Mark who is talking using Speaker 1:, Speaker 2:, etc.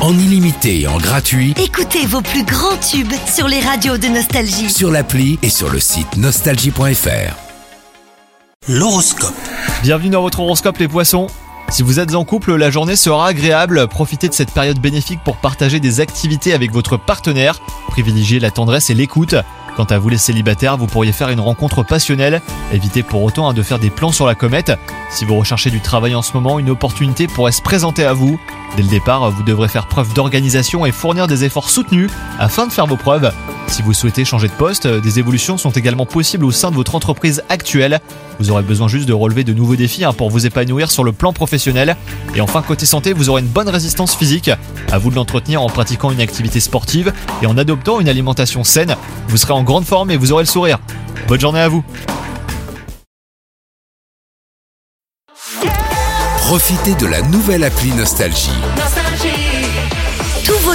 Speaker 1: en illimité et en gratuit
Speaker 2: Écoutez vos plus grands tubes sur les radios de Nostalgie.
Speaker 1: sur l'appli et sur le site nostalgie.fr. L'horoscope.
Speaker 3: Bienvenue dans votre horoscope les poissons. Si vous êtes en couple, la journée sera agréable. Profitez de cette période bénéfique pour partager des activités avec votre partenaire. Privilégiez la tendresse et l'écoute. Quant à vous les célibataires, vous pourriez faire une rencontre passionnelle. Évitez pour autant hein, de faire des plans sur la comète. Si vous recherchez du travail en ce moment, une opportunité pourrait se présenter à vous. Dès le départ, vous devrez faire preuve d'organisation et fournir des efforts soutenus afin de faire vos preuves. Si vous souhaitez changer de poste, des évolutions sont également possibles au sein de votre entreprise actuelle. Vous aurez besoin juste de relever de nouveaux défis hein, pour vous épanouir sur le plan professionnel. Et enfin, côté santé, vous aurez une bonne résistance physique. À vous de l'entretenir en pratiquant une activité sportive et en adoptant une alimentation saine. Vous serez en grande forme et vous aurez le sourire. Bonne journée à vous
Speaker 1: Profitez de la nouvelle appli Nostalgie.
Speaker 2: Tous vos